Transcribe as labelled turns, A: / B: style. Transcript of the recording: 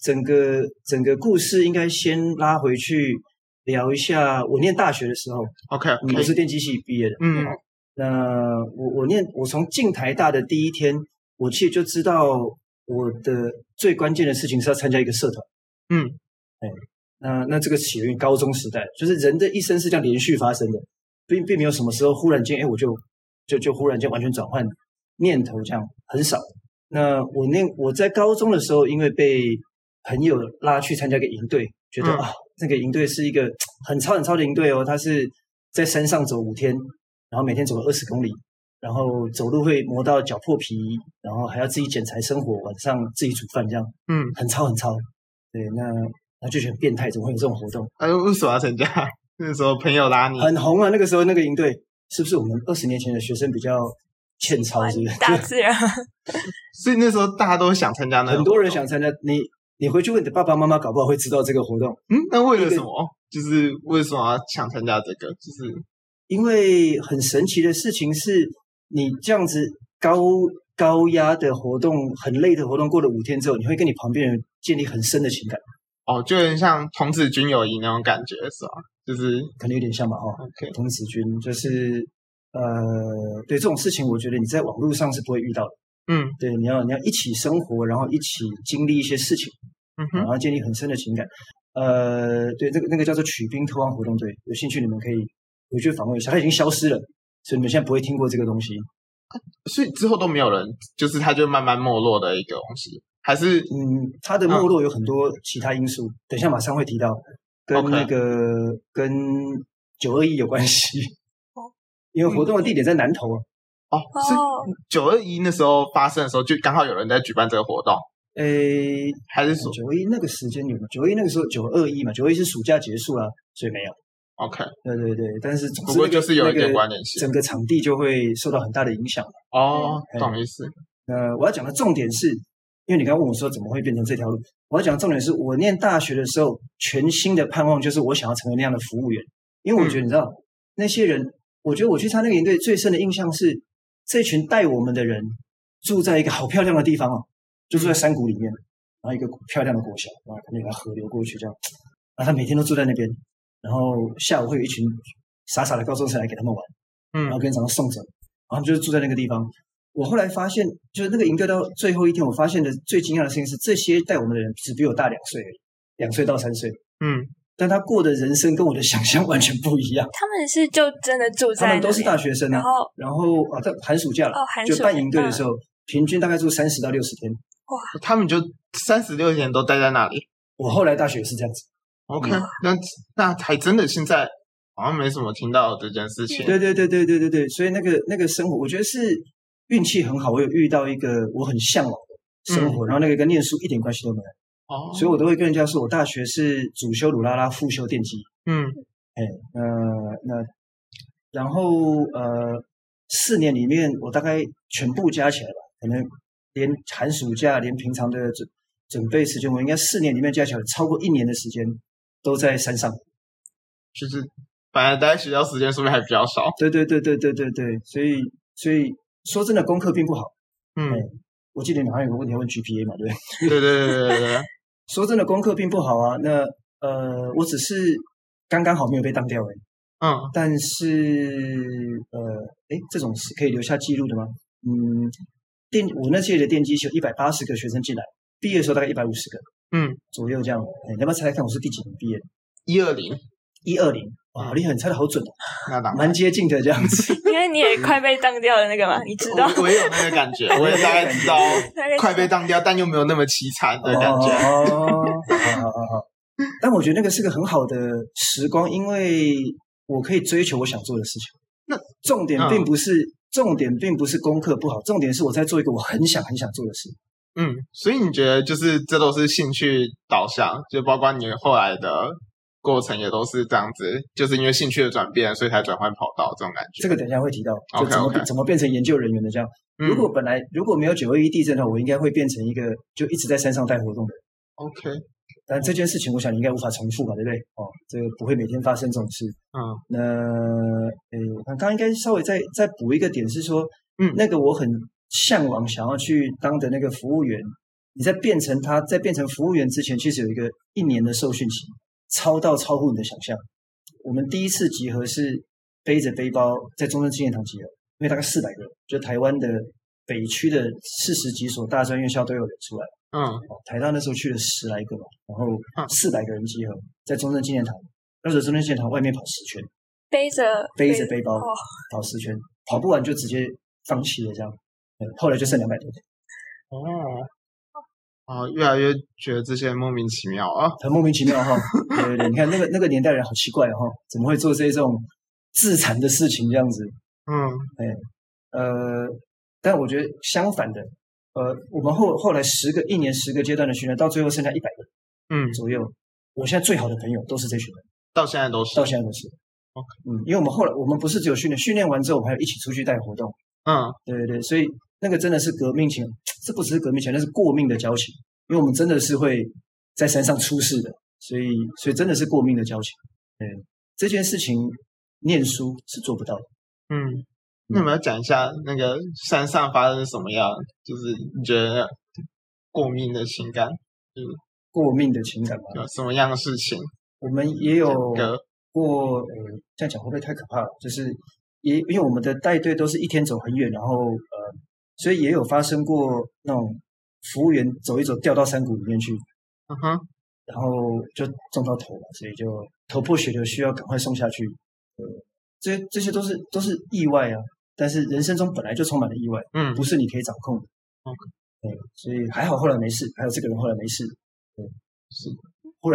A: 整个整个故事应该先拉回去聊一下。我念大学的时候，
B: OK，
A: 嗯我是电机系毕业的。
B: 嗯
A: 那我我念我从进台大的第一天，我其实就知道我的最关键的事情是要参加一个社团。哎
B: 嗯，
A: 那那这个起源于高中时代，就是人的一生是这样连续发生的，并并没有什么时候忽然间，哎，我就就就忽然间完全转换念头，这样很少。那我念我在高中的时候，因为被朋友拉去参加一个营队，觉得、
B: 嗯
A: 啊，那个营队是一个很超很超的营队哦，它是在山上走五天，然后每天走了二十公里，然后走路会磨到脚破皮，然后还要自己捡柴生火，晚上自己煮饭，这样
B: 嗯，
A: 很超很超。对，那那就觉得很变态，怎么会有这种活动？
B: 哎，为什么要参加？ 那时候朋友拉你，
A: 很红啊！那个时候那个营队是不是我们二十年前的学生比较欠操，是不是？
C: 大自然
B: 所以那时候大家都想参加那个
A: 很多人
B: 活动。
A: 想参加，你你回去问你的爸爸妈妈，搞不好会知道这个活动，
B: 嗯，那为了什么？就是为什么要想参加这个？就是
A: 因为很神奇的事情是，你这样子高高压的活动、很累的活动，过了五天之后，你会跟你旁边人建立很深的情感，
B: 哦，就有点像童子军友谊那种感觉，是吧？就是
A: 可能有点像吧，哦，
B: OK，
A: 童子军就是呃，对这种事情，我觉得你在网络上是不会遇到的。
B: 嗯
A: 对，你要你要一起生活，然后一起经历一些事情，
B: 嗯
A: 然
B: 哼，
A: 后建立很深的情感。呃，对，这个那个叫做曲兵拓荒活动队，有兴趣你们可以回去访问一下，它已经消失了，所以你们现在不会听过这个东西。
B: 所以之后都没有人，就是它就慢慢没落的一个东西，还是
A: 嗯，它的没落有很多其他因素，等一下马上会提到，跟
B: OK
A: 那个跟九二一有关系
C: 哦，
A: 因为活动的地点在南投啊。
B: 哦是
C: 哦，
B: 九二一那时候发生的时候，就刚好有人在举办这个活动，
A: 诶，
B: 还是说
A: 九二一那个时间有吗？九二一那个时候九二一嘛，九二一是暑假结束了，所以没有。
B: OK？
A: 对对对，但是总之
B: 不过
A: 那个
B: 就是有一点
A: 那个
B: 关联性
A: 整个场地就会受到很大的影响。
B: 哦
A: 嗯，
B: 懂意思。
A: 呃，我要讲的重点是，因为你刚刚问我说怎么会变成这条路，我要讲的重点是我念大学的时候，全新的盼望就是我想要成为那样的服务员，因为我觉得你知道、那些人，我觉得我去参那个营队最深的印象是，这群带我们的人住在一个好漂亮的地方哦，就住在山谷里面，然后一个漂亮的国小，然后那个河流过去这样，然后他每天都住在那边，然后下午会有一群傻傻的高中生来给他们玩。
B: 嗯
A: 然后跟常常送走，然后他们就是住在那个地方。我后来发现，就是那个营队到最后一天，我发现的最惊讶的事情是，这些带我们的人只比我大两岁而已，两岁到三岁，
B: 嗯，
A: 但他过的人生跟我的想象完全不一样。
C: 他们是就真的住
A: 他
C: 在
A: 们
C: 那
A: 都是大
C: 里
A: 学生
C: 然
A: 啊，
C: 后
A: 然后啊，在寒暑假了，
C: 哦寒暑
A: 就
C: 假
A: 办营队的时候，平均大概住三十到六十天。
B: 他们就三十六年都待在那里。
A: 我后来大学也是这样子，
B: OK，那
A: 嗯
B: 那还真的现在好像没什么听到这件事情。
A: 对对对对对对对，所以那个那个生活，我觉得是运气很好，我有遇到一个我很向往的生
C: 嗯
A: 活，然后那个跟念书一点关系都没有。
B: 哦，
A: 所以我都会跟人家说，我大学是主修鲁拉拉，副修电机。
B: 嗯
A: 哎，呃，那然后呃，四年里面我大概全部加起来吧，可能连寒暑假，连平常的准准备时间，我应该四年里面加起来超过一年的时间都在山上。
B: 就是本来待在学校时间说不定还比较少。
A: 对对对对对对对，所以所以说真的功课并不好。
B: 嗯，
A: 我记得你好像有个问题要问 GPA 嘛，对不对？
B: 对对对对对对，
A: 说真的，功课并不好啊。那呃，我只是刚刚好没有被当掉而已。
B: 嗯，
A: 但是呃，诶，这种是可以留下记录的吗？嗯，电我那届的电机系有一百八十个学生进来，毕业的时候大概一百五十个，
B: 嗯，
A: 左右这样。诶你要不要猜猜看我是第几年毕业的？
B: 一二零，
A: 一二零，哇，
B: 嗯
A: 好厉害，你猜的好准哦，
B: 那当然。
A: 蛮接近的这样 子。
C: 因为你也快被当掉了那个嘛，你知
A: 哦
C: 道，
B: 我我也有那个感觉，我也大概知道
C: 大概知道
B: 快被当掉，但又没有那么凄惨的感觉。
A: 哦，好好好好。但我觉得那个是个很好的时光，因为我可以追求我想做的事情。
B: 那
A: 重点
B: 嗯
A: 并不是、重点并不是功课不好，重点是我在做一个我很想很想做的事。
B: 嗯，所以你觉得就是这都是兴趣导向，就包括你后来的过程也都是这样子，就是因为兴趣的转变，所以才转换跑道这种感觉。
A: 这个等一下会提到，就
B: OK，
A: 怎么
B: OK
A: 怎么变成研究人员的这样。
B: 嗯
A: 如果本来如果没有九二一地震的话，我应该会变成一个就一直在山上带活动的人。
B: OK，嗯
A: 但这件事情，我想你应该无法重复吧，对不对？哦，这个不会每天发生这种事。
B: 嗯
A: 那诶，我看刚刚应该稍微再再补一个点是说，
B: 嗯
A: 那个我很向往想要去当的那个服务员，你在变成他在变成服务员之前，其实有一个一年的受训期，超到超乎你的想象。我们第一次集合是背着背包在中正纪念堂集合，因为大概四百个，就台湾的北区的四十几所大专院校都有人出来。
B: 嗯
A: 哦台大那时候去了十来个吧，然
B: 嗯
A: 后四百个人集合在中正纪念堂，那时候中正纪念堂外面跑十圈，
C: 背着
A: 背着背包
C: 哦
A: 跑十圈，跑不完就直接放弃了这样。嗯后来就剩两百多个，
B: 哦。啊，越来越觉得这些莫名其妙啊！
A: 很莫名其妙哈。对对对，你看那个那个年代人好奇怪哈、怎么会做这种自残的事情这样子？
B: 嗯
A: 呃，但我觉得相反的，呃，我们后后来十个一年十个阶段的训练，到最后剩下一百个
B: 嗯，
A: 左右。我现在最好的朋友都是这群人，
B: 到现在都是
A: 到现在都是。
B: OK
A: 嗯，因为我们后来我们不是只有训练，训练完之后我们还有一起出去带活动，
B: 嗯
A: 对对对，所以那个真的是革命情，这不只是革命情，那是过命的交情，因为我们真的是会在山上出事的，所以所以真的是过命的交情。对这件事情，念书是做不到的。
B: 嗯。那我们要讲一下那个山上发生什么样，就是你觉得过敏的情感
A: 过命的情感嘛，
B: 有什么样的事情？
A: 我们也有
B: 个
A: 过，呃，这样讲会不会太可怕了？就是也因为我们的带队都是一天走很远，然后呃，所以也有发生过那种服务员走一走掉到山谷里面去，
B: 嗯哼，
A: 然后就撞到头了，所以就头破血流，需要赶快送下去。呃，这这些都是都是意外啊，但是人生中本来就充满了意外，
B: 嗯
A: 不是你可以掌控的。
B: OK
A: 对，所以还好后来没事，还有这个人后来没事。